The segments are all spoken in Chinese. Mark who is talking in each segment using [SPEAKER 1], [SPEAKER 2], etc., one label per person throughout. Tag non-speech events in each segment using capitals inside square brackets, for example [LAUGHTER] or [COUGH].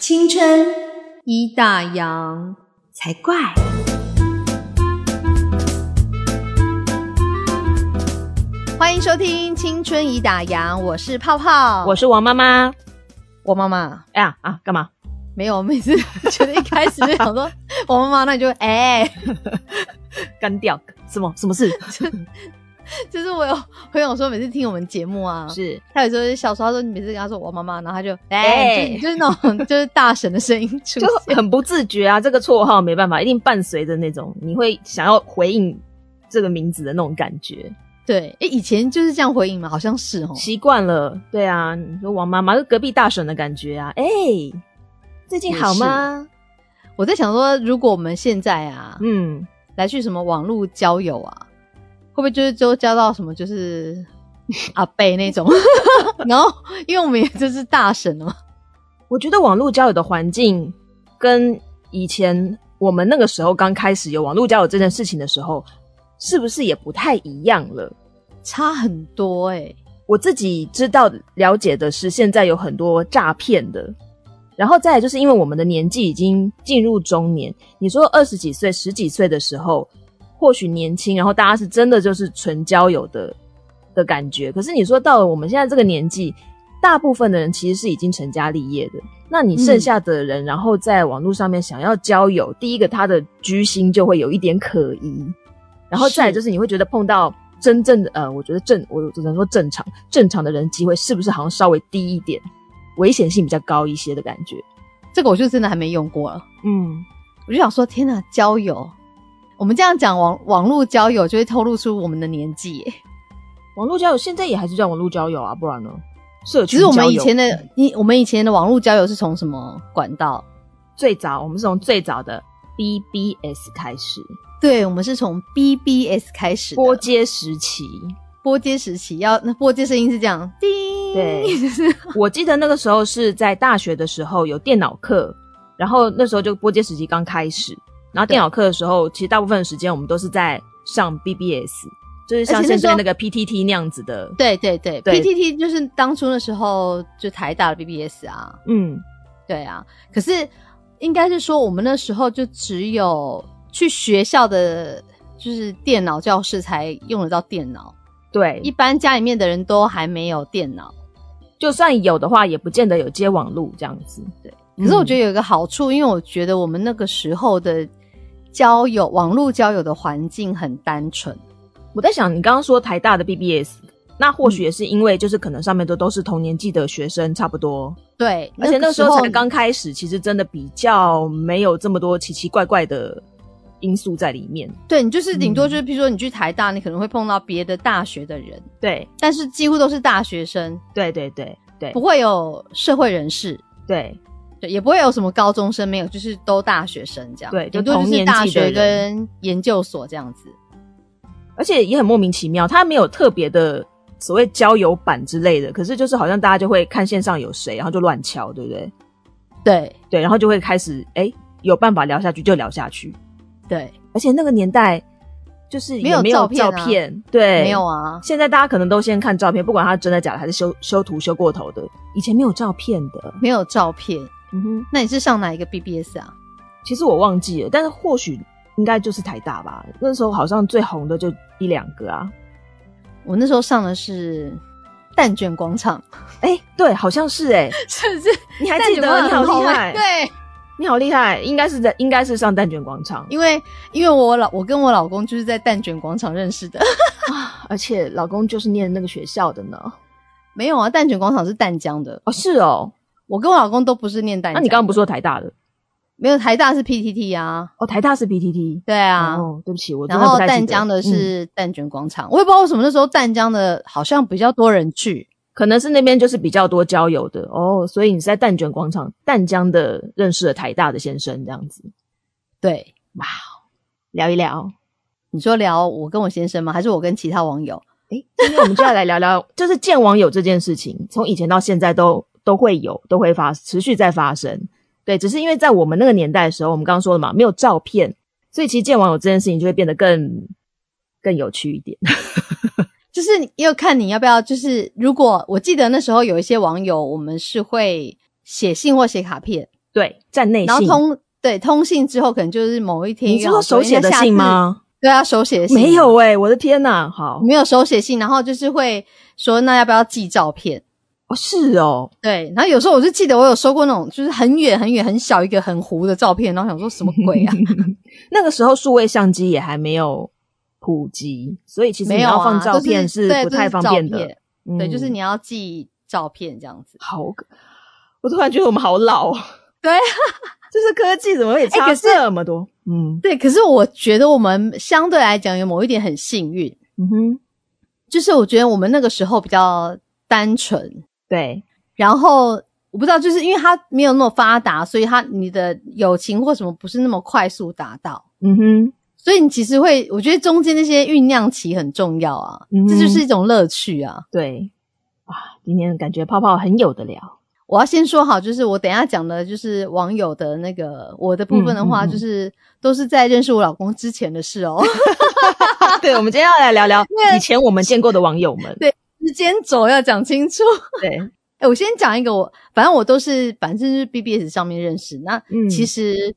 [SPEAKER 1] 青春
[SPEAKER 2] 一大洋。
[SPEAKER 1] 才怪。
[SPEAKER 2] 欢迎收听《青春已打烊》，我是泡泡，
[SPEAKER 3] 我是王妈妈。
[SPEAKER 2] 我妈妈
[SPEAKER 3] 哎呀啊，干嘛？
[SPEAKER 2] 没有，每次 [LAUGHS] 觉得一开始就想说 [LAUGHS] 我妈妈，那你就哎、 [LAUGHS]
[SPEAKER 3] 干掉？什么什么事？
[SPEAKER 2] 就是我有朋友说每次听我们节目啊，
[SPEAKER 3] 是
[SPEAKER 2] 他有时候就小时候他说你每次跟他说我妈妈，然后他就哎、
[SPEAKER 3] 哎
[SPEAKER 2] 就就是那种 [LAUGHS] 就是大神的声音出
[SPEAKER 3] 就
[SPEAKER 2] 现，
[SPEAKER 3] 很不自觉啊，这个绰号没办法，一定伴随着那种你会想要回应这个名字的那种感觉，
[SPEAKER 2] 对，哎、以前就是这样回应嘛，好像是哦，
[SPEAKER 3] 习惯了。对啊，你说王妈妈，就隔壁大婶的感觉啊。哎、最近好吗？
[SPEAKER 2] 我在想说，如果我们现在啊，
[SPEAKER 3] 嗯，
[SPEAKER 2] 来去什么网络交友啊，会不会就是都交到什么就是 [LAUGHS] 阿贝那种？ [LAUGHS] 然后因为我们也就是大神哦，
[SPEAKER 3] 我觉得网络交友的环境跟以前我们那个时候刚开始有网络交友这件事情的时候，是不是也不太一样了？
[SPEAKER 2] 差很多哎、
[SPEAKER 3] 我自己知道了解的是，现在有很多诈骗的，然后再来就是因为我们的年纪已经进入中年，你说二十几岁、十几岁的时候，或许年轻，然后大家是真的就是纯交友的的感觉。可是你说到了我们现在这个年纪，大部分的人其实是已经成家立业的，那你剩下的人，然后在网络上面想要交友，第一个他的居心就会有一点可疑，然后再来
[SPEAKER 2] 是
[SPEAKER 3] 就是你会觉得碰到。真正的呃，我觉得正我只能说正常正常的人机会是不是好像稍微低一点，危险性比较高一些的感觉。
[SPEAKER 2] 这个我就真的还没用过了。
[SPEAKER 3] 嗯，
[SPEAKER 2] 我就想说，天哪，交友，我们这样讲网网络交友就会透露出我们的年纪欸耶、
[SPEAKER 3] 网络交友现在也还是叫网络交友啊，不然呢？社
[SPEAKER 2] 其
[SPEAKER 3] 群交友嗯
[SPEAKER 2] 实我们以前的，你我们以前的网络交友是从什么管道？
[SPEAKER 3] 最早，我们是从最早的 BBS 开始，
[SPEAKER 2] 对，我们是从 BBS 开始的
[SPEAKER 3] 波接时期。
[SPEAKER 2] 波接时期，要那波接声音是这样，叮，
[SPEAKER 3] 对，
[SPEAKER 2] [LAUGHS]
[SPEAKER 3] 我记得那个时候是在大学的时候有电脑课，然后那时候就波接时期刚开始，然后电脑课的时候，其实大部分的时间我们都是在上 BBS，就是像
[SPEAKER 2] 而且那
[SPEAKER 3] 现
[SPEAKER 2] 时候
[SPEAKER 3] 在那个 PTT 那样子的。
[SPEAKER 2] 对对对
[SPEAKER 3] 对
[SPEAKER 2] p t t 就是当初的时候就台大的 BBS 啊，
[SPEAKER 3] 嗯，
[SPEAKER 2] 对啊，可是应该是说我们那时候就只有去学校的就是电脑教室才用得到电脑，
[SPEAKER 3] 对
[SPEAKER 2] 一，般家里面的人都还没有电脑。
[SPEAKER 3] 就算有的话，也不见得有接网路这样子。
[SPEAKER 2] 对，可是我觉
[SPEAKER 3] 得
[SPEAKER 2] 得有一个好处，因为我觉得我们那个时候的交友网络交友的环境很单纯，
[SPEAKER 3] 我在想，你刚刚说台大的 BBS，那或许也是因为就是可能上面都都是同年纪的学生，差不多。
[SPEAKER 2] 对，
[SPEAKER 3] 而且那
[SPEAKER 2] 个
[SPEAKER 3] 个时候才刚开始，其实真的比较没有这么多奇奇怪怪的因素在里面。
[SPEAKER 2] 对你就是顶多
[SPEAKER 3] 嗯
[SPEAKER 2] 就是，譬如说你去台大，你可能会碰到别的大学的人，
[SPEAKER 3] 对，
[SPEAKER 2] 但是几乎都是大学生，
[SPEAKER 3] 对，对，对，对
[SPEAKER 2] 不，会有社会人士，
[SPEAKER 3] 对，
[SPEAKER 2] 对，也不会有什么高中生，没有，就是都大学生这样，
[SPEAKER 3] 对就
[SPEAKER 2] 顶多就
[SPEAKER 3] 同
[SPEAKER 2] 是
[SPEAKER 3] 年
[SPEAKER 2] 大
[SPEAKER 3] 纪的
[SPEAKER 2] 学
[SPEAKER 3] 人
[SPEAKER 2] 跟研究所这样子。
[SPEAKER 3] 而且也很莫名其妙，它没有特别的所谓交友版之类的，可是就是好像大家就会看线上有谁，然后就乱敲，对不对？
[SPEAKER 2] 对
[SPEAKER 3] 对，然后就会开始哎、有办法聊下去就聊下去，
[SPEAKER 2] 对，
[SPEAKER 3] 而且那个年代就是也
[SPEAKER 2] 没有
[SPEAKER 3] 没有
[SPEAKER 2] 照片啊
[SPEAKER 3] 片对，
[SPEAKER 2] 没有啊，
[SPEAKER 3] 现在大家可能都先看照片，不管它真的假的，还是修修图修过头的。以前没有照片的，
[SPEAKER 2] 没有照片。
[SPEAKER 3] 嗯哼，
[SPEAKER 2] 那你是上哪一个 BBS 啊？
[SPEAKER 3] 其实我忘记了，但是或许应该就是台大吧。那时候好像最红的就一两个啊。
[SPEAKER 2] 我那时候上的是蛋卷广场，
[SPEAKER 3] 哎、对，好像 [LAUGHS] 是哎、
[SPEAKER 2] 是不是？
[SPEAKER 3] 你还
[SPEAKER 2] 蛋
[SPEAKER 3] 记
[SPEAKER 2] 卷广
[SPEAKER 3] 得？你
[SPEAKER 2] 场
[SPEAKER 3] 好
[SPEAKER 2] 很红
[SPEAKER 3] 厉
[SPEAKER 2] 欸
[SPEAKER 3] 害，
[SPEAKER 2] 对，
[SPEAKER 3] 你好厉害，应该是在应该是上蛋卷广场，
[SPEAKER 2] 因为因为我老我跟我老公就是在蛋卷广场认识的。 [LAUGHS]
[SPEAKER 3] 而且老公就是念那个学校的呢。
[SPEAKER 2] 没有啊，蛋卷广场是淡江的，
[SPEAKER 3] 哦，是哦，
[SPEAKER 2] 我跟我老公都不是念淡江
[SPEAKER 3] 那
[SPEAKER 2] 的。
[SPEAKER 3] 啊你刚刚不是说台大的？
[SPEAKER 2] 没有台大是 PTT 啊？
[SPEAKER 3] 哦，台大是 PTT。
[SPEAKER 2] 对啊。
[SPEAKER 3] 哦，对不起，我真
[SPEAKER 2] 然
[SPEAKER 3] 的不
[SPEAKER 2] 后
[SPEAKER 3] 太记得
[SPEAKER 2] 淡江的
[SPEAKER 3] 嗯
[SPEAKER 2] 是蛋卷广场，我也不知道为什么那时候淡江的好像比较多人去。
[SPEAKER 3] 可能是那边就是比较多交友的哦，所以你是在蛋卷广场淡江的认识了台大的先生这样子
[SPEAKER 2] 对，
[SPEAKER 3] 聊一聊。
[SPEAKER 2] 你说聊我跟我先生吗？还是我跟其他网友？
[SPEAKER 3] 诶，今天我们就要来聊聊，就是见网友这件事情， [LAUGHS] 从以前到现在都都会有，都会发持续在发生。对，只是因为在我们那个年代的时候，我们刚刚说了嘛，没有照片，所以其实见网友这件事情就会变得更更有趣一点。 [LAUGHS]
[SPEAKER 2] 就是你要看你要不要，就是如果我记得那时候有一些网友，我们是会写信或写卡片，
[SPEAKER 3] 对，站内
[SPEAKER 2] 然后
[SPEAKER 3] 信。
[SPEAKER 2] 通对通信之后，可能就是某一天
[SPEAKER 3] 你
[SPEAKER 2] 约
[SPEAKER 3] 知
[SPEAKER 2] 好
[SPEAKER 3] 道手写的信？吗？
[SPEAKER 2] 因为他下次对啊，手写信
[SPEAKER 3] 没有哎、我的天呐，好
[SPEAKER 2] 没有手写信，然后就是会说那要不要寄照片？
[SPEAKER 3] 哦，是哦，
[SPEAKER 2] 对，然后有时候我就记得我有收过那种就是很远很远很小一个很糊的照片，然后想说什么鬼啊？
[SPEAKER 3] 那个时候数位相机也还没有普及，所以 [LAUGHS] 其实
[SPEAKER 2] 没
[SPEAKER 3] 你
[SPEAKER 2] 有
[SPEAKER 3] 要
[SPEAKER 2] 啊，
[SPEAKER 3] 放照片
[SPEAKER 2] 都是对
[SPEAKER 3] 不太方便
[SPEAKER 2] 都是照
[SPEAKER 3] 的
[SPEAKER 2] 片。对，
[SPEAKER 3] 嗯
[SPEAKER 2] 就是你要寄照片这样子。
[SPEAKER 3] 好，我突然觉得我们好老哦。
[SPEAKER 2] [LAUGHS] 对啊，
[SPEAKER 3] 就是科技怎么会
[SPEAKER 2] 哎
[SPEAKER 3] 差
[SPEAKER 2] 可是
[SPEAKER 3] 这么多？嗯
[SPEAKER 2] 对，可是我觉得我们相对来讲有某一点很幸运，
[SPEAKER 3] 嗯哼，
[SPEAKER 2] 就是我觉得我们那个时候比较单纯，
[SPEAKER 3] 对，
[SPEAKER 2] 然后我不知道，就是因为它没有那么发达，所以它你的友情或什么不是那么快速达到，
[SPEAKER 3] 嗯哼，
[SPEAKER 2] 所以你其实会，我觉得中间那些酝酿期很重要啊，
[SPEAKER 3] 嗯
[SPEAKER 2] 这就是一种乐趣啊。
[SPEAKER 3] 对。哇，今天感觉泡泡很有的聊。 [LAUGHS]
[SPEAKER 2] 我要先说好，就是我等一下讲的，就是网友的那个我的部分的话，
[SPEAKER 3] 嗯嗯嗯
[SPEAKER 2] 就是都是在认识我老公之前的事哦。 [LAUGHS]
[SPEAKER 3] 对，我们今天要来聊聊
[SPEAKER 2] 因为
[SPEAKER 3] 以前我们见过的网友们。
[SPEAKER 2] 时间轴要讲清楚。 [LAUGHS]
[SPEAKER 3] 对，
[SPEAKER 2] 哎、我先讲一个我，反正我都是，反正就是 BBS 上面认识。那
[SPEAKER 3] 嗯
[SPEAKER 2] 其实、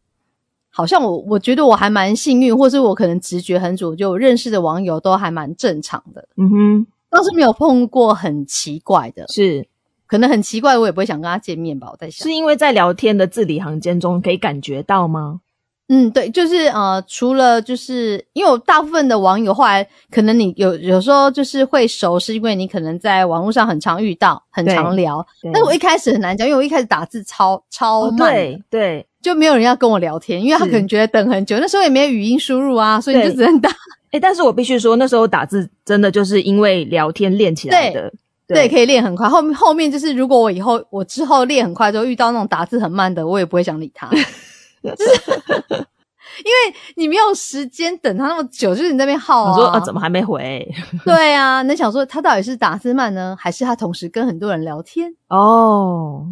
[SPEAKER 2] 好像我，我觉得我还蛮幸运，或是我可能直觉很准，就我认识的网友都还蛮正常的，
[SPEAKER 3] 嗯哼，
[SPEAKER 2] 倒是没有碰过很奇怪的，
[SPEAKER 3] 是
[SPEAKER 2] 可能很奇怪，我也不会想跟他见面吧。我在想
[SPEAKER 3] 是，因为在聊天的字里行间中可以感觉到吗？
[SPEAKER 2] 嗯，对，就是呃，除了就是因为我大部分的网友后来可能你有有时候就是会熟，是因为你可能在网络上很常遇到，很
[SPEAKER 3] 对
[SPEAKER 2] 常聊。
[SPEAKER 3] 对
[SPEAKER 2] 但是我一开始很难讲，因为我一开始打字超超
[SPEAKER 3] 哦，
[SPEAKER 2] 慢的。
[SPEAKER 3] 对对，
[SPEAKER 2] 就没有人要跟我聊天，因为他
[SPEAKER 3] 是
[SPEAKER 2] 可能觉得等很久，那时候也没有语音输入啊，所以你就
[SPEAKER 3] 对
[SPEAKER 2] 只能打 [LAUGHS]
[SPEAKER 3] 哎、但是我必须说，那时候打字真的就是因为聊天练起来的。
[SPEAKER 2] 对，可以练很快。后面后面就是，如果我以后我之后练很快之后遇到那种打字很慢的，我也不会想理
[SPEAKER 3] [LAUGHS]
[SPEAKER 2] 他，就是 [LAUGHS] 因为你没有时间等他那么久，就是你在那边耗
[SPEAKER 3] 我
[SPEAKER 2] 啊，
[SPEAKER 3] 说啊，怎么还没回？ [LAUGHS]
[SPEAKER 2] 对啊，那想说他到底是打字慢呢，还是他同时跟很多人聊天？
[SPEAKER 3] 哦，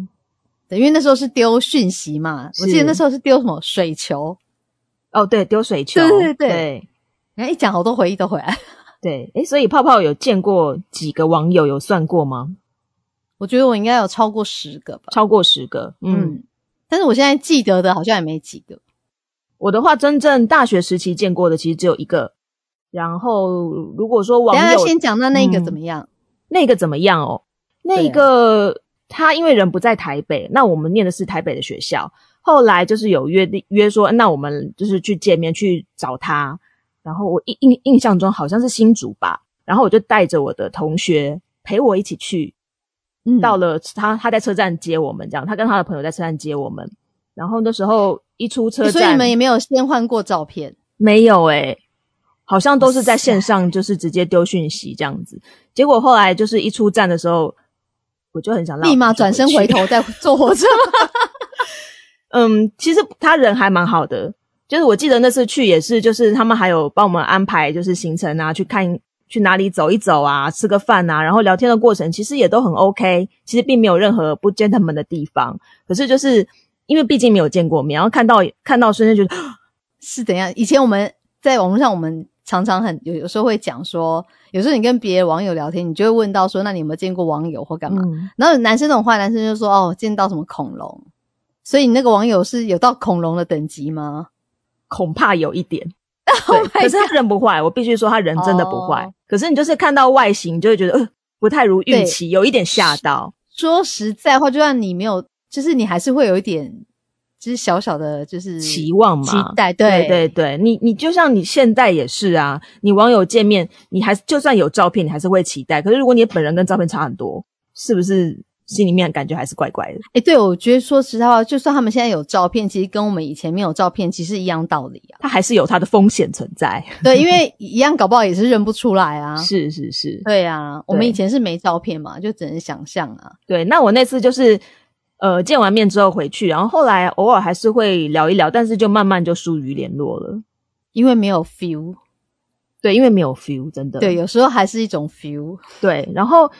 [SPEAKER 2] 对，因为那时候是丢讯息嘛，我记
[SPEAKER 3] 是
[SPEAKER 2] 得那时候是丢什么水球， [LAUGHS]
[SPEAKER 3] 哦，对，丢水球，
[SPEAKER 2] 对对对
[SPEAKER 3] 对
[SPEAKER 2] 然后一讲好多回忆都回来。
[SPEAKER 3] 对，哎、所以泡泡有见过几个网友，有算过吗？
[SPEAKER 2] 我觉得我应该有超过十个吧，
[SPEAKER 3] 超过十个。嗯，
[SPEAKER 2] 嗯，但是我现在记得的好像也没几个。
[SPEAKER 3] 我的话，真正大学时期见过的其实只有一个。然后，如果说网
[SPEAKER 2] 等一下
[SPEAKER 3] 友
[SPEAKER 2] 先讲那那一个
[SPEAKER 3] 嗯
[SPEAKER 2] 怎么样？
[SPEAKER 3] 那个怎么样哦？那一个他因为人不在台北，那我们念的是台北的学校。后来就是有约定约说，那我们就是去见面去找他。然后我印印印象中好像是新竹吧，然后我就带着我的同学陪我一起去，
[SPEAKER 2] 嗯
[SPEAKER 3] 到了他他在车站接我们，这样他跟他的朋友在车站接我们。然后那时候一出车站，
[SPEAKER 2] 所以你们也没有先换过照片，
[SPEAKER 3] 没有诶、好像都是在
[SPEAKER 2] 哇塞
[SPEAKER 3] 线上，就是直接丢讯息这样子。结果后来就是一出站的时候，我就很想让
[SPEAKER 2] 立马转身回
[SPEAKER 3] 去。
[SPEAKER 2] 头再坐火车。
[SPEAKER 3] 嗯，其实他人还蛮好的，就是我记得那次去也是，就是他们还有帮我们安排就是行程啊，去看去哪里走一走啊，吃个饭啊，然后聊天的过程其实也都很 OK，其实并没有任何不 gentleman 的地方。可是就是因为毕竟没有见过面，然后看到看到瞬间觉得
[SPEAKER 2] [LAUGHS]
[SPEAKER 3] [GASPS]
[SPEAKER 2] 是怎样？以前我们在网络上，我们常常很有有时候会讲说，有时候你跟别的网友聊天，你就会问到说，那你有没有见过网友或干嘛？
[SPEAKER 3] 嗯
[SPEAKER 2] 然后男生那种话，男生就说哦，见到什么恐龙。所以你那个网友是有到恐龙的等
[SPEAKER 3] [LAUGHS]
[SPEAKER 2] 级吗？
[SPEAKER 3] 恐怕有一点。
[SPEAKER 2] Oh [LAUGHS]
[SPEAKER 3] 对，
[SPEAKER 2] my
[SPEAKER 3] 可是他人不坏，我必须说他人真的不坏。
[SPEAKER 2] 哦
[SPEAKER 3] 可是你就是看到外形，你就会觉得呃不太如预期，有一点吓到。
[SPEAKER 2] 说实在话，就算你没有，就是你还是会有一点，就是小小的，就是
[SPEAKER 3] 期望嘛
[SPEAKER 2] 期待，
[SPEAKER 3] 对对对，你你就像你现在也是啊，你网友见面，你还就算有照片，你还是会期待。可是如果你本人跟照片差很多，是不是心里面感觉还是怪怪的？
[SPEAKER 2] 哎、对，我觉得说实在话，就算他们现在有照片，其实跟我们以前没有照片其实一样道理
[SPEAKER 3] [LAUGHS]
[SPEAKER 2] 啊。
[SPEAKER 3] 它还是有它的风险存在。
[SPEAKER 2] 对，因为一样搞不好也是认不出来啊。
[SPEAKER 3] [LAUGHS] 是是是，
[SPEAKER 2] 对啊，我们
[SPEAKER 3] 对
[SPEAKER 2] 以前是没照片嘛，就只能想象啊。
[SPEAKER 3] 对，那我那次就是呃见完面之后回去，然后后来偶尔还是会聊一聊，但是就慢慢就疏于联络了。
[SPEAKER 2] 因为没有 feel，
[SPEAKER 3] 对，因为没有 feel，真的。
[SPEAKER 2] 对，有时候还是一种 feel。
[SPEAKER 3] 对，然后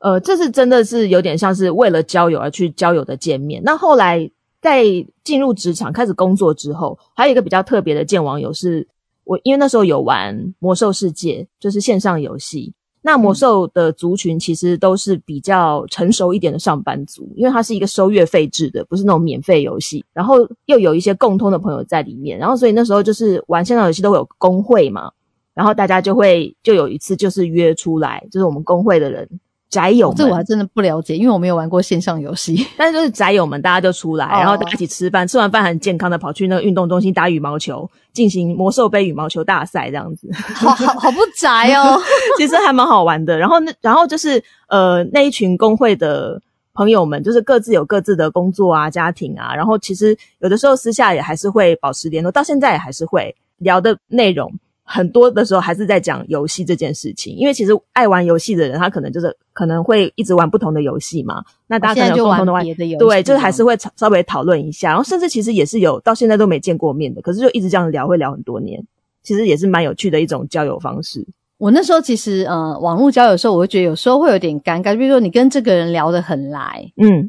[SPEAKER 3] 呃，这是真的是有点像是为了交友而去交友的见面。那后来在进入职场开始工作之后，还有一个比较特别的见网友是，我因为那时候有玩魔兽世界，就是线上游戏。那
[SPEAKER 2] 嗯
[SPEAKER 3] 魔兽的族群其实都是比较成熟一点的上班族，因为它是一个收月费制的，不是那种免费游戏。然后又有一些共通的朋友在里面，然后所以那时候就是玩线上游戏都会有工会嘛，然后大家就会就有一次就是约出来，就是我们工会的人宅友
[SPEAKER 2] 哦这我
[SPEAKER 3] 们，
[SPEAKER 2] 还真的不了解，因为我没有玩过线上游戏。
[SPEAKER 3] 但是就是宅友们大家就出来，
[SPEAKER 2] 哦
[SPEAKER 3] 然后大家一起吃饭，吃完饭很健康的跑去那个运动中心打羽毛球，进行魔兽杯羽毛球大赛这样子。
[SPEAKER 2] [LAUGHS] 好好好不宅 [LAUGHS] 哦，
[SPEAKER 3] 其实还蛮好玩的。然后那然后就是呃那一群工会的朋友们，就是各自有各自的工作啊、家庭啊，然后其实有的时候私下也还是会保持联络，到现在也还是会聊的内容。很多的时候还是在讲游戏这件事情，因为其实爱玩游戏的人，他可能就是可能会一直玩不同的游戏嘛。那大家可能
[SPEAKER 2] 哦现在
[SPEAKER 3] 有
[SPEAKER 2] 就
[SPEAKER 3] 共同
[SPEAKER 2] 玩
[SPEAKER 3] 的玩
[SPEAKER 2] 别的游戏，
[SPEAKER 3] 对，就是还是会稍稍微讨论一下，然后甚至其实也是有到现在都没见过面的，可是就一直这样聊，会聊很多年，其实也是蛮有趣的一种交友方式。
[SPEAKER 2] 我那时候其实，呃，网络交友的时候，我会觉得有时候会有点尴尬，比如说你跟这个人聊得很来，
[SPEAKER 3] 嗯，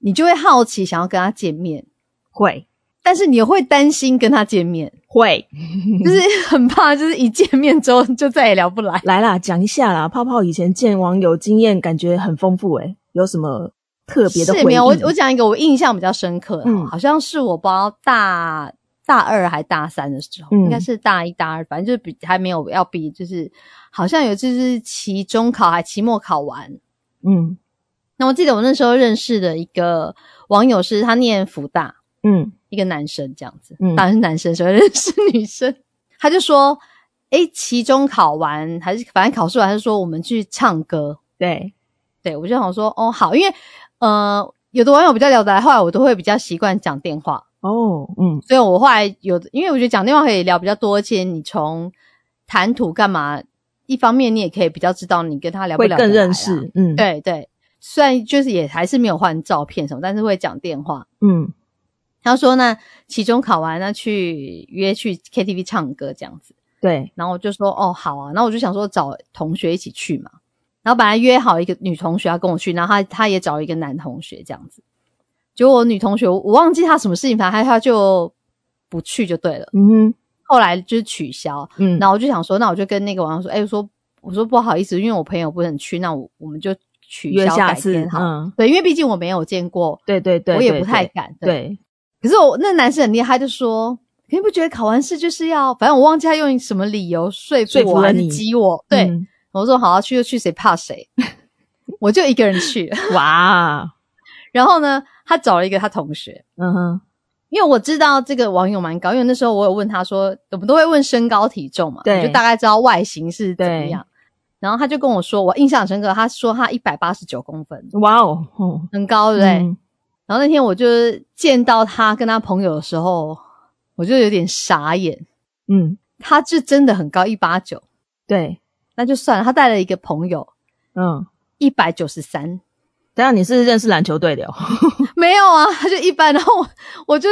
[SPEAKER 2] 你就会好奇想要跟他见面，
[SPEAKER 3] 会
[SPEAKER 2] 但是你又会担心跟他见面，
[SPEAKER 3] 会
[SPEAKER 2] 就是很怕，就是一见面之后就再也聊不来。
[SPEAKER 3] 来啦，讲一下啦。泡泡以前见网友经验感觉很丰富诶、有什么特别的回忆？
[SPEAKER 2] 是没有，我我讲一个我印象比较深刻的，
[SPEAKER 3] 嗯
[SPEAKER 2] 好像是我不知道大大二还大三的时候，
[SPEAKER 3] 嗯
[SPEAKER 2] 应该是大一大二，反正就是比还没有要毕业，就是好像有一次就是期中考还期末考完，
[SPEAKER 3] 嗯
[SPEAKER 2] 那我记得我那时候认识的一个网友是他念福大，
[SPEAKER 3] 嗯
[SPEAKER 2] 一个男生这样子，
[SPEAKER 3] 嗯
[SPEAKER 2] 当然是男生，谁会认识女生？他就说，诶，期中考完还是反正考试完，他就说我们去唱歌。
[SPEAKER 3] 对，
[SPEAKER 2] 对我就想说，哦，好，因为呃，有的网友比较聊得来，后来我都会比较习惯讲电话，
[SPEAKER 3] 哦嗯
[SPEAKER 2] 所以我后来有的，因为我觉得讲电话可以聊比较多，而且你从谈吐干嘛，一方面你也可以比较知道你跟他聊不
[SPEAKER 3] 会
[SPEAKER 2] 聊得
[SPEAKER 3] 更
[SPEAKER 2] 来
[SPEAKER 3] 认
[SPEAKER 2] 啊
[SPEAKER 3] 识嗯
[SPEAKER 2] 对对，虽然就是也还是没有换照片什么，但是会讲电话。
[SPEAKER 3] 嗯
[SPEAKER 2] 他说呢，期中考完呢去约去 KTV 唱歌这样子，
[SPEAKER 3] 嗯对
[SPEAKER 2] 然后我就说哦好啊，然后我就想说找同学一起去嘛，然后本来约好一个女同学要跟我去，然后她她也找一个男同学这样子，结果我女同学我我忘记她什么事情，反正她她就不去就对了，
[SPEAKER 3] 嗯哼
[SPEAKER 2] 后来就是取消，
[SPEAKER 3] 嗯
[SPEAKER 2] 然后我就想说，那我就跟那个网友说，哎、我说我说不好意思，因为我朋友不能去，那我我们就取
[SPEAKER 3] 约
[SPEAKER 2] 消
[SPEAKER 3] 下
[SPEAKER 2] 改
[SPEAKER 3] 次
[SPEAKER 2] 天好了。
[SPEAKER 3] 嗯
[SPEAKER 2] 对，因为毕竟我没有见过，
[SPEAKER 3] 对对对，
[SPEAKER 2] 我也
[SPEAKER 3] 对
[SPEAKER 2] 不太敢。对，
[SPEAKER 3] 对
[SPEAKER 2] 可是我那男生很厉害，他就说。你不觉得考完试就是要，反正我忘记他用什么理由说服
[SPEAKER 3] 说服
[SPEAKER 2] 我
[SPEAKER 3] 了
[SPEAKER 2] 还是
[SPEAKER 3] 你
[SPEAKER 2] 激我？对，
[SPEAKER 3] 嗯
[SPEAKER 2] 我说好啊，去就去，谁怕谁？ [LAUGHS] 我就一个人去 [LAUGHS] 了。
[SPEAKER 3] 哇
[SPEAKER 2] 然后呢，他找了一个他同学，
[SPEAKER 3] 嗯哼
[SPEAKER 2] 因为我知道这个网友蛮高，因为那时候我有问他说，我们都会问身高体重嘛，
[SPEAKER 3] 对
[SPEAKER 2] 你就大概知道外形是怎么样。然后他就跟我说，我印象很深刻，他说他一百八十九公分，
[SPEAKER 3] 哇哦哦
[SPEAKER 2] 很高，对不对？
[SPEAKER 3] 嗯
[SPEAKER 2] 然后那天我就是见到他跟他朋友的时候，我就有点傻眼，
[SPEAKER 3] 嗯
[SPEAKER 2] 他是真的很高，一八九，
[SPEAKER 3] 对
[SPEAKER 2] 那就算了。他带了一个朋友，
[SPEAKER 3] 嗯，
[SPEAKER 2] 一百九十三，
[SPEAKER 3] 等一下你是认识篮球队的哦，
[SPEAKER 2] 没有啊，他就一般。然后我我就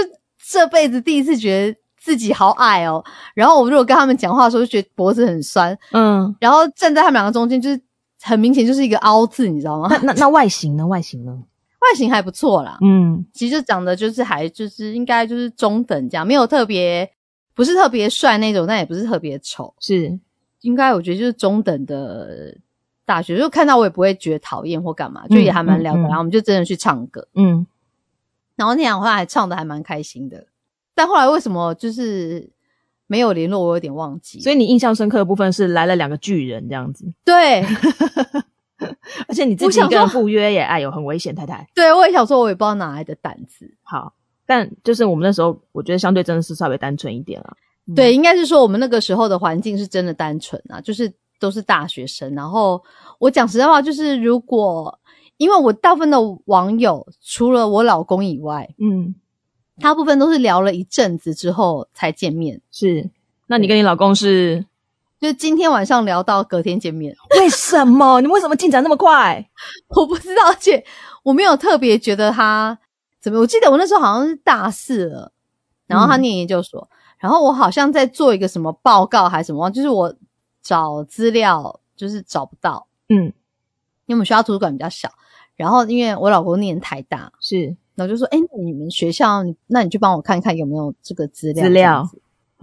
[SPEAKER 2] 这辈子第一次觉得自己好矮哦。然后我如果跟他们讲话的时候，就觉得脖子很酸，
[SPEAKER 3] 嗯，
[SPEAKER 2] 然后站在他们两个中间，就是很明显就是一个凹字，你知道吗？ [LAUGHS]
[SPEAKER 3] 那那那外形呢？外形呢？
[SPEAKER 2] 外形还不错啦，
[SPEAKER 3] 嗯
[SPEAKER 2] 其实就长得就是还就是应该就是中等这样，没有特别不是特别帅那种，但也不是特别丑，
[SPEAKER 3] 是
[SPEAKER 2] 应该我觉得就是中等的大学，就看到我也不会觉得讨厌或干嘛，就也还蛮聊得
[SPEAKER 3] 嗯嗯
[SPEAKER 2] 来。
[SPEAKER 3] 嗯
[SPEAKER 2] 然后我们就真的去唱歌，
[SPEAKER 3] 嗯
[SPEAKER 2] 然后那两话还唱的还蛮开心的，但后来为什么就是没有联络，我有点忘记。
[SPEAKER 3] 所
[SPEAKER 2] 以
[SPEAKER 3] 以你印象深刻的部分是来了两个巨人这样子，
[SPEAKER 2] 对
[SPEAKER 3] 而且你自
[SPEAKER 2] 我
[SPEAKER 3] 己一
[SPEAKER 2] 想
[SPEAKER 3] 个人
[SPEAKER 2] 说
[SPEAKER 3] 赴约耶，哎呦，很危险，太太。
[SPEAKER 2] 对，我也想说，我也不知道哪来的胆子。
[SPEAKER 3] 好，但就是我们那时候，我觉得相对真的是稍微单纯一点了。嗯
[SPEAKER 2] 对，应该是说我们那个时候的环境是真的单纯啊，就是都是大学生。然后我讲实在话，就是如果因为我大部分的网友，除了我老公以外，
[SPEAKER 3] 嗯，
[SPEAKER 2] 大部分都是聊了一阵子之后才见面，
[SPEAKER 3] 是。那你跟你老公是
[SPEAKER 2] 就是今天晚上聊到隔天见面。 [LAUGHS]
[SPEAKER 3] 为什么？你为什么进展那么快？
[SPEAKER 2] 我不知道，而且我没有特别觉得他怎么。我记得我那时候好像是大四了，然后他
[SPEAKER 3] 嗯
[SPEAKER 2] 念研究所，然后我好像在做一个什么报告还是什么，就是我找资料就是找不到，
[SPEAKER 3] 嗯，
[SPEAKER 2] 因为我们学校图书馆比较小。然后因为我老公念台大，
[SPEAKER 3] 是
[SPEAKER 2] 然后就说：“哎，那你们学校，那你就帮我看看有没有这个资料。”
[SPEAKER 3] 资料。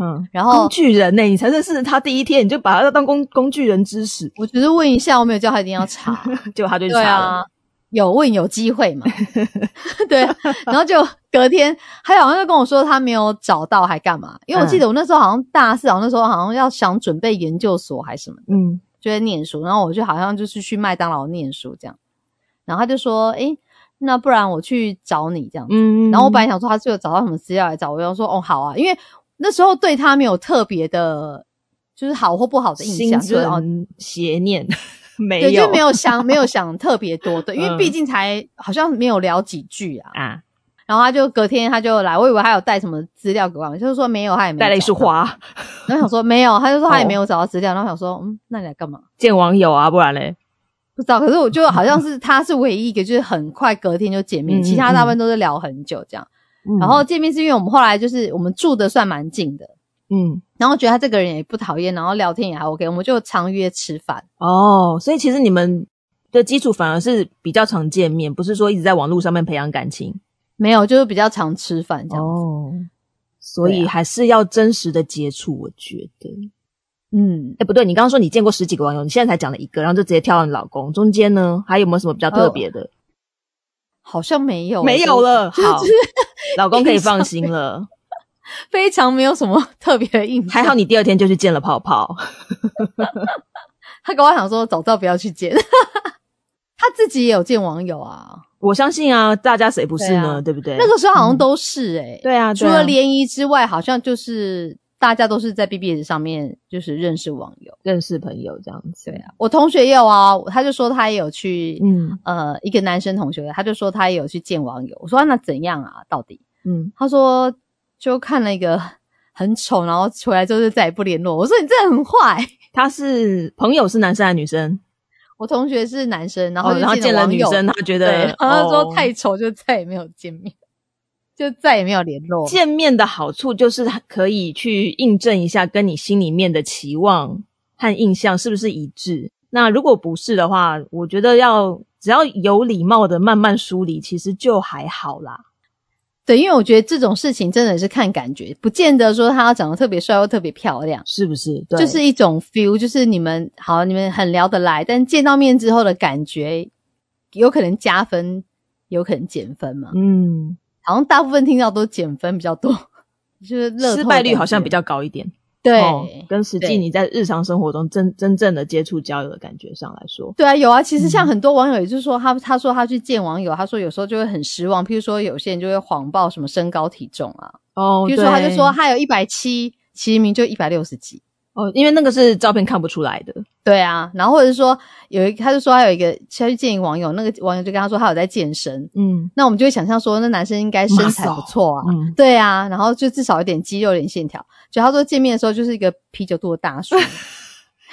[SPEAKER 3] 嗯，
[SPEAKER 2] 然
[SPEAKER 3] 工
[SPEAKER 2] 后
[SPEAKER 3] 具人呢、你才认识他第一天，你就把他当工工具人知识，
[SPEAKER 2] 我只是问一下，我没有叫他一定要查，
[SPEAKER 3] 结果他就去
[SPEAKER 2] 对
[SPEAKER 3] 查
[SPEAKER 2] 啊
[SPEAKER 3] 了。，
[SPEAKER 2] 有问有机
[SPEAKER 3] [LAUGHS]
[SPEAKER 2] 会嘛， [LAUGHS] 对，啊然后就隔天，他好像就跟我说他没有找到，还干嘛？因为我
[SPEAKER 3] 嗯
[SPEAKER 2] 记得我那时候好像大四，好像那时候好像要想准备研究所还是什么的，
[SPEAKER 3] 嗯，
[SPEAKER 2] 就在念书，然后我就好像就是去麦当劳念书这样，然后他就说，诶、那不然我去找你这样子，
[SPEAKER 3] 嗯
[SPEAKER 2] 然后我本来想说他最后找到什么资料来找我，然后说哦好啊，因为那时候对他没有特别的，就是好或不好的印
[SPEAKER 3] 嗯心
[SPEAKER 2] 象，就是哦
[SPEAKER 3] 存邪念， [LAUGHS] 没
[SPEAKER 2] 对，
[SPEAKER 3] 有
[SPEAKER 2] 就没有想没有想特别多对，因为
[SPEAKER 3] 嗯
[SPEAKER 2] 毕竟才好像没有聊几句啊。
[SPEAKER 3] 啊，
[SPEAKER 2] 然后他就隔天他就来，我以为他有带什么资料给我，就是说没有，他也没
[SPEAKER 3] 带了一束
[SPEAKER 2] 找到。
[SPEAKER 3] 花
[SPEAKER 2] 然后想说没有，他就说他也
[SPEAKER 3] 哦
[SPEAKER 2] 没有找到资料，然后想说嗯，那你来干嘛？
[SPEAKER 3] 见网友啊，不然嘞，
[SPEAKER 2] 不知道，可是我就好像是他是唯一一个，就是很快隔天就见面，
[SPEAKER 3] 嗯
[SPEAKER 2] 其他大部分都是聊很久这样。
[SPEAKER 3] 嗯
[SPEAKER 2] 然后见面是因为我们后来就是我们住的算蛮近的，
[SPEAKER 3] 嗯。
[SPEAKER 2] 然后觉得他这个人也不讨厌，然后聊天也还 OK，我们就常约吃饭。
[SPEAKER 3] 哦，所以其实你们的基础反而是比较常见面，不是说一直在网络上面培养感情
[SPEAKER 2] 没有，就是比较常吃饭这样。
[SPEAKER 3] 哦。所以
[SPEAKER 2] 对啊
[SPEAKER 3] 还是要真实的接触，我觉得。
[SPEAKER 2] 嗯，
[SPEAKER 3] 哎，不对，你刚刚说你见过十几个网友，你现在才讲了一个，然后就直接跳到你老公，中间呢还有没有什么比较特别的？
[SPEAKER 2] 好像没哦有，
[SPEAKER 3] 没有了，
[SPEAKER 2] 就是
[SPEAKER 3] 好
[SPEAKER 2] 就是，
[SPEAKER 3] 老公可以放心了。
[SPEAKER 2] 非常没有什么特别的印象。
[SPEAKER 3] 还好你第二天就去见了泡泡，
[SPEAKER 2] 他跟我想说，早知道不要去见。 [LAUGHS] 他自己也有见网友啊，
[SPEAKER 3] 我相信啊，大家谁不是
[SPEAKER 2] 对
[SPEAKER 3] 呢？
[SPEAKER 2] 啊
[SPEAKER 3] 对不对？
[SPEAKER 2] 那个时候好像都是哎、欸
[SPEAKER 3] 对啊，
[SPEAKER 2] 除
[SPEAKER 3] 对啊
[SPEAKER 2] 了联谊之外，好像就是大家都是在 BBS 上面就是认识网友。
[SPEAKER 3] 认识朋友这样子，
[SPEAKER 2] 对啊，我同学也有啊，他就说他也有去，
[SPEAKER 3] 嗯
[SPEAKER 2] 呃，一个男生同学，他就说他也有去见网友。我说、啊那怎样啊？到底？
[SPEAKER 3] 嗯，
[SPEAKER 2] 他说就看了一个很丑，然后回来之后就再也不联络。我说你真的很坏。
[SPEAKER 3] 他是朋友是男生还是女生？
[SPEAKER 2] 我同学是男生，然后
[SPEAKER 3] 哦
[SPEAKER 2] 就、
[SPEAKER 3] 然后见了
[SPEAKER 2] 网
[SPEAKER 3] 女
[SPEAKER 2] 友
[SPEAKER 3] 生，他觉
[SPEAKER 2] 对，
[SPEAKER 3] [LAUGHS] 得
[SPEAKER 2] 然后他说
[SPEAKER 3] 哦
[SPEAKER 2] 太丑，就再也没有见面，就再也没有联络。
[SPEAKER 3] 见面的好处就是可以去印证一下跟你心里面的期望和印象是不是一致。那如果不是的话，我觉得要只要有礼貌的慢慢梳理，其实就还好啦。
[SPEAKER 2] 对，因为我觉得这种事情真的是看感觉，不见得说他要长得特别帅或特别漂亮，
[SPEAKER 3] 是不是？对，
[SPEAKER 2] 就是一种 feel，就是你们好，你们很聊得来，但见到面之后的感觉，有可能加分，有可能减分嘛。
[SPEAKER 3] 嗯，
[SPEAKER 2] 好像大部分听到都减分比较多， [LAUGHS] 就是乐透
[SPEAKER 3] 失败率
[SPEAKER 2] 的
[SPEAKER 3] 好像比
[SPEAKER 2] 感
[SPEAKER 3] 较高一点。
[SPEAKER 2] 觉对。
[SPEAKER 3] 哦跟实际
[SPEAKER 2] 对
[SPEAKER 3] 你在日常生活中真真正的接触交友的感觉上来说，
[SPEAKER 2] 对啊，有啊。其实像
[SPEAKER 3] 嗯
[SPEAKER 2] 很多网友，也就是说他他说他去见网友，他说有时候就会很失望。譬如说有些人就会谎报什么身高体重啊，
[SPEAKER 3] 哦
[SPEAKER 2] 譬如说他就说他有一百七，其实明明就一百六十几。
[SPEAKER 3] 哦，因为那个是照片看不出来的，
[SPEAKER 2] 对啊，然后或者是说有一，他就说他有一个，他去见一个网友，那个网友就跟他说他有在健身，
[SPEAKER 3] 嗯
[SPEAKER 2] 那我们就会想象说那男生应该身材
[SPEAKER 3] Muscle
[SPEAKER 2] 不错啊，
[SPEAKER 3] 嗯，
[SPEAKER 2] 对啊，然后就至少有点肌肉、有点线条。就他说见面的时候就是一个啤酒肚的
[SPEAKER 3] [LAUGHS]
[SPEAKER 2] 大叔，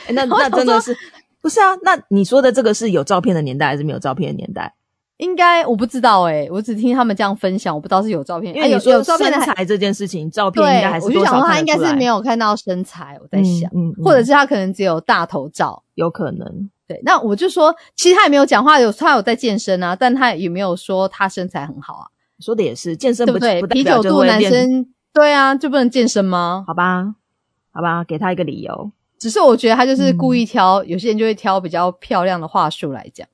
[SPEAKER 3] 欸那
[SPEAKER 2] 我
[SPEAKER 3] 那
[SPEAKER 2] 想
[SPEAKER 3] 真的
[SPEAKER 2] 说
[SPEAKER 3] 是不是啊？那你说的这个是有照片的年代还是没有照片的年代？
[SPEAKER 2] 应该我不知道哎、我只听他们这样分享，我不知道是有照片，
[SPEAKER 3] 因为
[SPEAKER 2] 哎
[SPEAKER 3] 你
[SPEAKER 2] 有
[SPEAKER 3] 说
[SPEAKER 2] 有照片
[SPEAKER 3] 身
[SPEAKER 2] 的还
[SPEAKER 3] 材这件事情，照片应
[SPEAKER 2] 对
[SPEAKER 3] 该还，
[SPEAKER 2] 我
[SPEAKER 3] 是
[SPEAKER 2] 就
[SPEAKER 3] 多
[SPEAKER 2] 想
[SPEAKER 3] 少
[SPEAKER 2] 说他
[SPEAKER 3] 看
[SPEAKER 2] 应
[SPEAKER 3] 得
[SPEAKER 2] 该
[SPEAKER 3] 出来嗯
[SPEAKER 2] 是没有看到身材，我在想，
[SPEAKER 3] 嗯，嗯嗯
[SPEAKER 2] 或者是他可能只有大头照。
[SPEAKER 3] 有可能
[SPEAKER 2] 对，那我就说，其实他也没有讲话，有他有在健身啊，但他也没有说他身材很好啊，
[SPEAKER 3] 说的也是，健身
[SPEAKER 2] 对
[SPEAKER 3] 不
[SPEAKER 2] 不对？
[SPEAKER 3] 不代
[SPEAKER 2] 啤
[SPEAKER 3] 表
[SPEAKER 2] 酒
[SPEAKER 3] 就
[SPEAKER 2] 肚
[SPEAKER 3] 会
[SPEAKER 2] 男
[SPEAKER 3] 变
[SPEAKER 2] 生，对啊，就不能健身吗？
[SPEAKER 3] 好吧，好吧，给他一个理由。
[SPEAKER 2] 只是我觉得他就是故
[SPEAKER 3] 嗯
[SPEAKER 2] 意挑，有些人就会挑比较漂亮的话术来讲。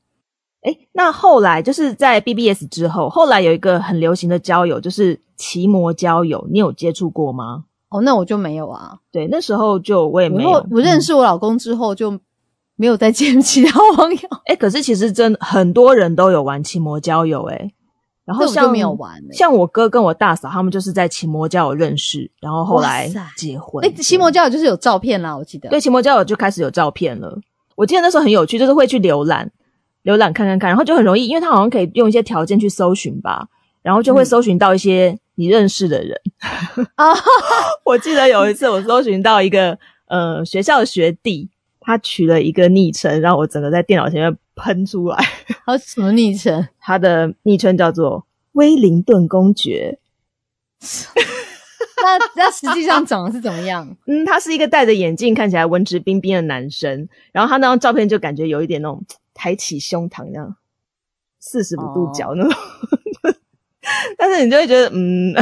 [SPEAKER 3] 哎，那后来就是在 BBS 之后，后来有一个很流行的交友，就是骑摩交友，你有接触过吗？
[SPEAKER 2] 哦，那我就没有啊，
[SPEAKER 3] 对，那时候就我也没
[SPEAKER 2] 然
[SPEAKER 3] 有，
[SPEAKER 2] 后我认
[SPEAKER 3] 嗯
[SPEAKER 2] 识我老公之后就没有再见 [LAUGHS] 其他网友，
[SPEAKER 3] 哎、可是其实真很多人都有玩骑摩交友哎、然后
[SPEAKER 2] 这我
[SPEAKER 3] 像
[SPEAKER 2] 就没有玩欸
[SPEAKER 3] 像我哥跟我大嫂他们就是在骑摩交友认识，然后后来
[SPEAKER 2] 哇塞
[SPEAKER 3] 结婚。
[SPEAKER 2] 哎，骑摩交友就是有照片啦，我记得。
[SPEAKER 3] 对骑摩交友就开始有照片了。我记得那时候很有趣，就是会去浏览浏览看看看，然后就很容易，因为他好像可以用一些条件去搜寻吧，然后就会
[SPEAKER 2] 嗯
[SPEAKER 3] 搜寻到一些你认识的人。
[SPEAKER 2] 啊，
[SPEAKER 3] [LAUGHS] 我记得有一次我搜寻到一个呃学校的学弟，他取了一个昵称，然后我整个在电脑前面喷出来。
[SPEAKER 2] 还有什么昵称？
[SPEAKER 3] 他的昵称叫做威灵顿公爵。
[SPEAKER 2] [LAUGHS] 那那实际上长得是怎么样？
[SPEAKER 3] 嗯，他是一个戴着眼镜、看起来文质彬彬的男生，然后他那张照片就感觉有一点那种抬起胸膛那样
[SPEAKER 2] 哦
[SPEAKER 3] [LAUGHS] 四十五度角那种，但是你就会觉得嗯，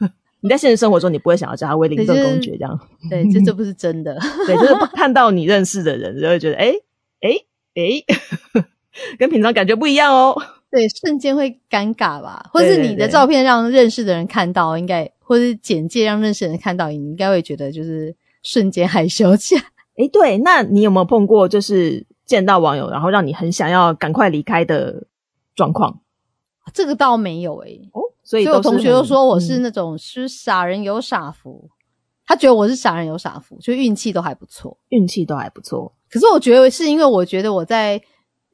[SPEAKER 3] [LAUGHS] 你在现实生活中，你不会想要叫他威灵顿公爵这样，
[SPEAKER 2] 对，这这不是真的，
[SPEAKER 3] 对，就是看到你认识的人，就会觉得哎哎哎， [LAUGHS] 跟平常感觉不一样哦。
[SPEAKER 2] [LAUGHS] 对，瞬间会尴尬吧，或是
[SPEAKER 3] 对对
[SPEAKER 2] 你的
[SPEAKER 3] 对
[SPEAKER 2] 照片让认识的人看到，应该或是简介让认识的人看到，你应该会觉得就是瞬间害羞起来。 [LAUGHS]
[SPEAKER 3] 哎，对，那你有没有碰过就是见到网友，然后让你很想要赶快离开的状况？
[SPEAKER 2] 这个倒没有诶、
[SPEAKER 3] 哦，所以
[SPEAKER 2] 所以
[SPEAKER 3] 都
[SPEAKER 2] 我
[SPEAKER 3] 是
[SPEAKER 2] 同学都
[SPEAKER 3] 很
[SPEAKER 2] 说我是
[SPEAKER 3] 嗯
[SPEAKER 2] 那种是傻人有傻福，他觉得我是傻人有傻福，就运气都还不错。
[SPEAKER 3] 运气都还不错，
[SPEAKER 2] 可是我觉得是因为我觉得我在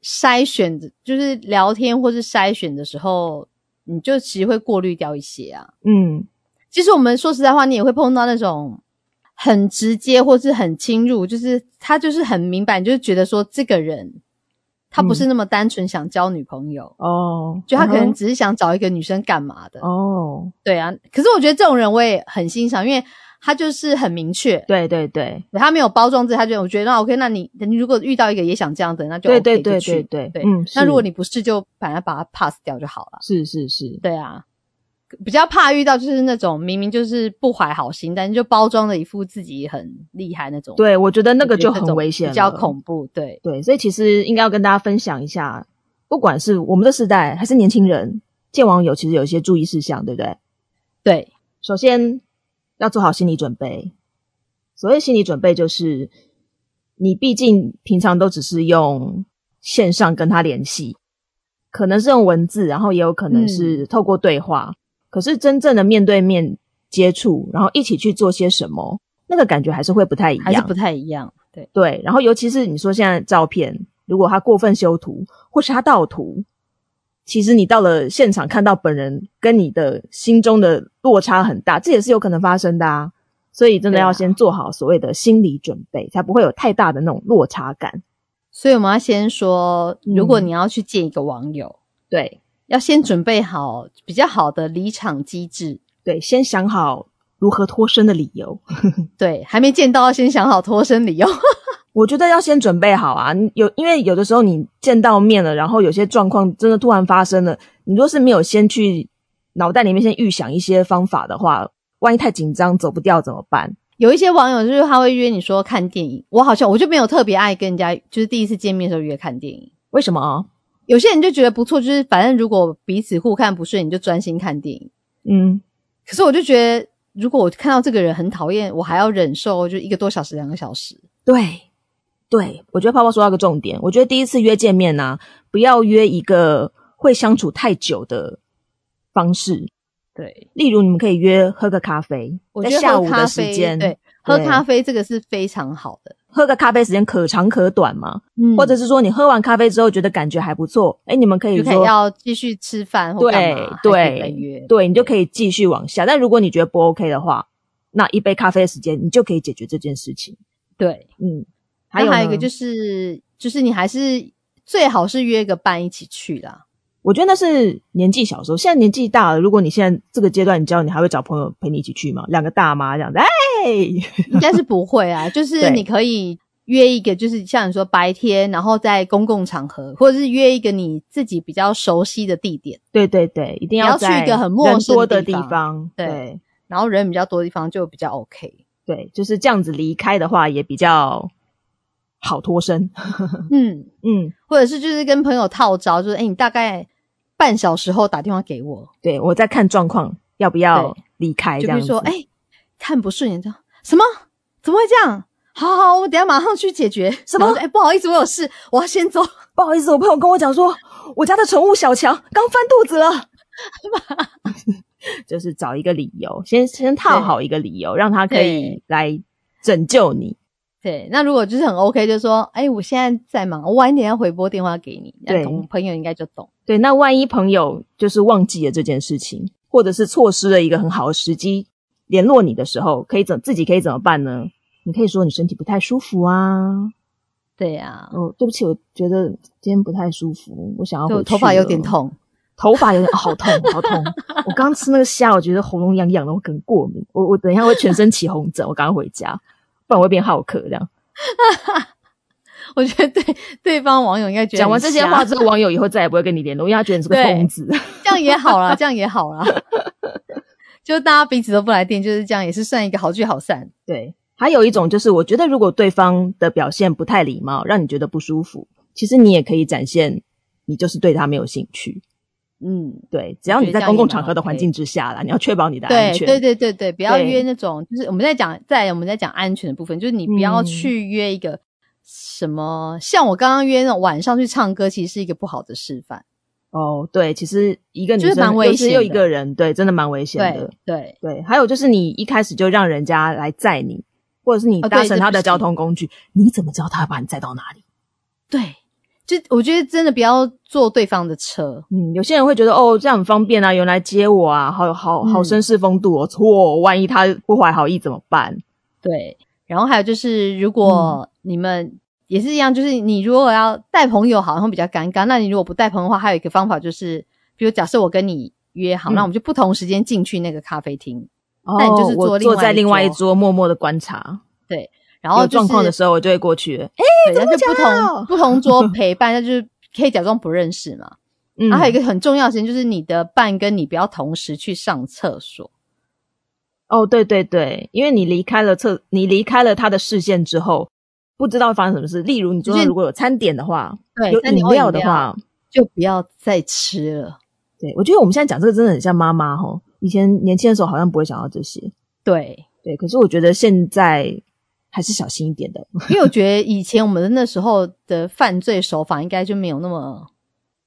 [SPEAKER 2] 筛选的，就是聊天或是筛选的时候，你就其实会过滤掉一些啊。
[SPEAKER 3] 嗯，
[SPEAKER 2] 其实我们说实在话，你也会碰到那种很直接或是很侵入，就是他就是很明白，你就是觉得说这个人他不是
[SPEAKER 3] 嗯
[SPEAKER 2] 那么单纯想交女朋友，
[SPEAKER 3] 哦，
[SPEAKER 2] 就他可能
[SPEAKER 3] 嗯
[SPEAKER 2] 只是想找一个女生干嘛的。
[SPEAKER 3] 哼哦，
[SPEAKER 2] 对啊，可是我觉得这种人我也很欣赏，因为他就是很明确，
[SPEAKER 3] 对对对，
[SPEAKER 2] 他没有包装自己，他觉得我觉得那 OK，那你你如果遇到一个也想这样的，那就
[SPEAKER 3] 对
[SPEAKER 2] OK
[SPEAKER 3] 对
[SPEAKER 2] 就
[SPEAKER 3] 对对
[SPEAKER 2] 去
[SPEAKER 3] 对，
[SPEAKER 2] 对
[SPEAKER 3] 嗯，
[SPEAKER 2] 那如果
[SPEAKER 3] 是
[SPEAKER 2] 你不是，就反正把它 pass 掉就好了。
[SPEAKER 3] 是是是，
[SPEAKER 2] 对啊，比较怕遇到就是那种明明就是不怀好心，但是就包装的一副自己很厉害那种。，
[SPEAKER 3] 对我觉得那个就很危险了，
[SPEAKER 2] 比较恐怖。对，
[SPEAKER 3] 对，所以其实应该要跟大家分享一下，不管是我们的时代还是年轻人，见网友其实有一些注意事项，对不对？
[SPEAKER 2] 对，
[SPEAKER 3] 首先要做好心理准备。所谓心理准备，就是你毕竟平常都只是用线上跟他联系，可能是用文字，然后也有可能
[SPEAKER 2] 嗯
[SPEAKER 3] 是透过对话。可是真正的面对面接触，然后一起去做些什么，那个感觉还是会不太一样，
[SPEAKER 2] 还是不太一样。对，
[SPEAKER 3] 对，然后尤其是你说现在照片，如果他过分修图或是他盗图，其实你到了现场看到本人，跟你的心中的落差很大，这也是有可能发生的啊。所以真的
[SPEAKER 2] 对啊
[SPEAKER 3] 要先做好所谓的心理准备，才不会有太大的那种落差感。
[SPEAKER 2] 所以我们要先说，
[SPEAKER 3] 嗯
[SPEAKER 2] 如果你要去见一个网友，
[SPEAKER 3] 对
[SPEAKER 2] 要先准备好比较好的离场机制。
[SPEAKER 3] 对，先想好如何脱身的理由，
[SPEAKER 2] 对，还没见到要先想好脱身理由。 [LAUGHS]
[SPEAKER 3] 我觉得要先准备好啊。你有因为有的时候你见到面了，然后有些状况真的突然发生了，你若是没有先去脑袋里面先预想一些方法的话，万一太紧张走不掉怎么办？
[SPEAKER 2] 有一些网友就是他会约你说看电影，我好像我就没有特别爱跟人家，就是第一次见面的时候约看电影。
[SPEAKER 3] 为什么啊？
[SPEAKER 2] 有些人就觉得不错，就是反正如果彼此互看不顺，你就专心看电影。
[SPEAKER 3] 嗯，
[SPEAKER 2] 可是我就觉得，如果我看到这个人很讨厌，我还要忍受就一个多小时、两个小时。
[SPEAKER 3] 对对，我觉得泡泡说到一个重点，我觉得第一次约见面呢、不要约一个会相处太久的方式，
[SPEAKER 2] 对，
[SPEAKER 3] 例如你们可以约喝个咖啡，
[SPEAKER 2] 我
[SPEAKER 3] 在
[SPEAKER 2] 觉得
[SPEAKER 3] 下
[SPEAKER 2] 喝
[SPEAKER 3] 午
[SPEAKER 2] 咖
[SPEAKER 3] 的时
[SPEAKER 2] 啡，
[SPEAKER 3] 间，
[SPEAKER 2] 对，喝咖啡这个是非常好的，
[SPEAKER 3] 喝个咖啡时间可长可短嘛，
[SPEAKER 2] 嗯
[SPEAKER 3] 或者是说你喝完咖啡之后觉得感觉还不错，哎，你们可以
[SPEAKER 2] 就可
[SPEAKER 3] 说
[SPEAKER 2] 以要继续吃饭或干
[SPEAKER 3] 对
[SPEAKER 2] 嘛，还可以再
[SPEAKER 3] 对
[SPEAKER 2] 约。
[SPEAKER 3] 对，你就可以继续往下。但如果你觉得不 OK 的话，那一杯咖啡的时间你就可以解决这件事情。
[SPEAKER 2] 对，
[SPEAKER 3] 嗯，还
[SPEAKER 2] 还有
[SPEAKER 3] 有，
[SPEAKER 2] 还有一个就是是，就是你还是最好是约个伴一起去啦。
[SPEAKER 3] 我觉得那是年纪小时候，现在年纪大了，如果你现在这个阶段，你知道你还会找朋友陪你一起去吗？两个大妈这样子，哎， [LAUGHS]
[SPEAKER 2] [LAUGHS] 应该是不会啊，就是
[SPEAKER 3] 对
[SPEAKER 2] 你可以约一个，就是像你说白天，然后在公共场合，或者是约一个你自己比较熟悉的地点，
[SPEAKER 3] 对对对，一定
[SPEAKER 2] 不要去
[SPEAKER 3] 在
[SPEAKER 2] 一个很陌
[SPEAKER 3] 人
[SPEAKER 2] 生
[SPEAKER 3] 多
[SPEAKER 2] 的
[SPEAKER 3] 的
[SPEAKER 2] 地
[SPEAKER 3] 地
[SPEAKER 2] 方
[SPEAKER 3] 方，
[SPEAKER 2] 对
[SPEAKER 3] 对
[SPEAKER 2] 然后人比较多的地方就比较 OK。
[SPEAKER 3] 对，就是这样子离开的话也比较好脱身。
[SPEAKER 2] 嗯，
[SPEAKER 3] 嗯，
[SPEAKER 2] 或者是就是跟朋友套招，就是哎、诶你大概半小时后打电话给我，
[SPEAKER 3] 对我在看状况要不要离开，这
[SPEAKER 2] 就比
[SPEAKER 3] 样
[SPEAKER 2] 如
[SPEAKER 3] 子。
[SPEAKER 2] 说哎、诶看不顺眼这样，什么怎么会这样？好好好，我等一下马上去解决。
[SPEAKER 3] 什么
[SPEAKER 2] 然后就哎、不好意思，我有事，我要先走。 [LAUGHS]
[SPEAKER 3] 不好意思，我朋友跟我讲说，我家的宠物小强刚翻肚子了， [LAUGHS] 就是找一个理由，先先套好一个理由，让他可以
[SPEAKER 2] 对
[SPEAKER 3] 来拯救你。
[SPEAKER 2] 对，那如果就是很 OK，就说哎、诶我现在在忙，我晚一点要回拨电话给你。那
[SPEAKER 3] 对
[SPEAKER 2] 同朋友应该就懂。
[SPEAKER 3] 对，那万一朋友就是忘记了这件事情，或者是错失了一个很好的时机联络你的时候，可以怎自己可以怎么办呢？你可以说你身体不太舒服啊，
[SPEAKER 2] 对啊呀、
[SPEAKER 3] 哦，对不起，我觉得今天不太舒服，我想要
[SPEAKER 2] 就
[SPEAKER 3] 回去
[SPEAKER 2] 头发有点
[SPEAKER 3] 了
[SPEAKER 2] 痛。
[SPEAKER 3] 头发有点、哦好痛，好
[SPEAKER 2] [LAUGHS]
[SPEAKER 3] 痛！我刚吃那个虾，我觉得喉咙痒痒的，我很过敏。我我等一下会全身起红疹，我赶快回家，不然我会变好客。这样
[SPEAKER 2] 我觉得对对方网友应该觉得
[SPEAKER 3] 讲完这
[SPEAKER 2] 很
[SPEAKER 3] 些
[SPEAKER 2] 瞎
[SPEAKER 3] 话，，之后，网友以后再也不会跟你联络，因为他觉得你是个 [LAUGHS]
[SPEAKER 2] 对
[SPEAKER 3] 疯子。
[SPEAKER 2] 这样也好啦，这样也好啦。 [LAUGHS] 就大家彼此都不来电，就是这样，也是算一个好聚好散。
[SPEAKER 3] 对，还有一种就是，我觉得如果对方的表现不太礼貌，让你觉得不舒服，其实你也可以展现你就是对他没有兴趣。
[SPEAKER 2] 嗯，
[SPEAKER 3] 对，只要你在公共场合的环境之下啦，你要确保你的安
[SPEAKER 2] 对
[SPEAKER 3] 全。
[SPEAKER 2] 对对对对，不要
[SPEAKER 3] 对
[SPEAKER 2] 约那种，就是我们在讲，在我们在讲安全的部分，就是你不要
[SPEAKER 3] 嗯
[SPEAKER 2] 去约一个什么，像我刚刚约那种晚上去唱歌，其实是一个不好的示范。
[SPEAKER 3] 哦，对，其实一个女
[SPEAKER 2] 就是
[SPEAKER 3] 生
[SPEAKER 2] 蛮危
[SPEAKER 3] 又是
[SPEAKER 2] 险
[SPEAKER 3] 又
[SPEAKER 2] 的
[SPEAKER 3] 一个人，对，真的蛮危险的
[SPEAKER 2] 对。对，
[SPEAKER 3] 对，还有就是你一开始就让人家来载你，或者是你
[SPEAKER 2] 哦
[SPEAKER 3] 搭
[SPEAKER 2] 对
[SPEAKER 3] 乘
[SPEAKER 2] 这
[SPEAKER 3] 他
[SPEAKER 2] 不
[SPEAKER 3] 的交
[SPEAKER 2] 行
[SPEAKER 3] 通工具，你怎么知道他要把你载到哪里？
[SPEAKER 2] 对，就我觉得真的不要坐对方的车。
[SPEAKER 3] 嗯，有些人会觉得哦，这样很方便啊，有人来接我啊，好好好
[SPEAKER 2] 嗯
[SPEAKER 3] 绅士风度哦。错，万一他不怀好意怎么办？
[SPEAKER 2] 对，然后还有就是，如果
[SPEAKER 3] 嗯
[SPEAKER 2] 你们也是一样，就是你如果要带朋友，好像会比较尴尬。那你如果不带朋友的话，还有一个方法就是，比如假设我跟你约好，
[SPEAKER 3] 嗯
[SPEAKER 2] 那我们就不同时间进去那个咖啡厅，
[SPEAKER 3] 哦，
[SPEAKER 2] 那你就是
[SPEAKER 3] 我坐
[SPEAKER 2] 坐另外
[SPEAKER 3] 在
[SPEAKER 2] 一
[SPEAKER 3] 另外一
[SPEAKER 2] 桌
[SPEAKER 3] 桌，默默的观察。
[SPEAKER 2] 然后
[SPEAKER 3] 有
[SPEAKER 2] 就
[SPEAKER 3] 状
[SPEAKER 2] 是
[SPEAKER 3] 况的时候，我就会过去。
[SPEAKER 2] 对，那就不同
[SPEAKER 3] 讲啊
[SPEAKER 2] 不同桌
[SPEAKER 3] [LAUGHS]
[SPEAKER 2] 陪伴，那就是可以假装不认识嘛。
[SPEAKER 3] 嗯，
[SPEAKER 2] 然啊后还有一个很重要的事情就是，你的伴跟你不要同时去上厕所。
[SPEAKER 3] 哦，对对对，因为你离开了厕，你离开了他的视线之后，不知道发生什么事。例如，你桌
[SPEAKER 2] 就
[SPEAKER 3] 上
[SPEAKER 2] 是
[SPEAKER 3] 如果有餐点的话，
[SPEAKER 2] 对
[SPEAKER 3] 有
[SPEAKER 2] 但你
[SPEAKER 3] 饮
[SPEAKER 2] 有
[SPEAKER 3] 料
[SPEAKER 2] 饮
[SPEAKER 3] 的
[SPEAKER 2] 料
[SPEAKER 3] 话，
[SPEAKER 2] 就不要再吃了。
[SPEAKER 3] 对我觉得我们现在讲这个真的很像妈妈吼。以前年轻的时候好像不会想到这些，
[SPEAKER 2] 对，
[SPEAKER 3] 对。可是我觉得现在还是小心一点的。
[SPEAKER 2] 因为我觉得以前我们那时候的犯罪手法应该就没有那么，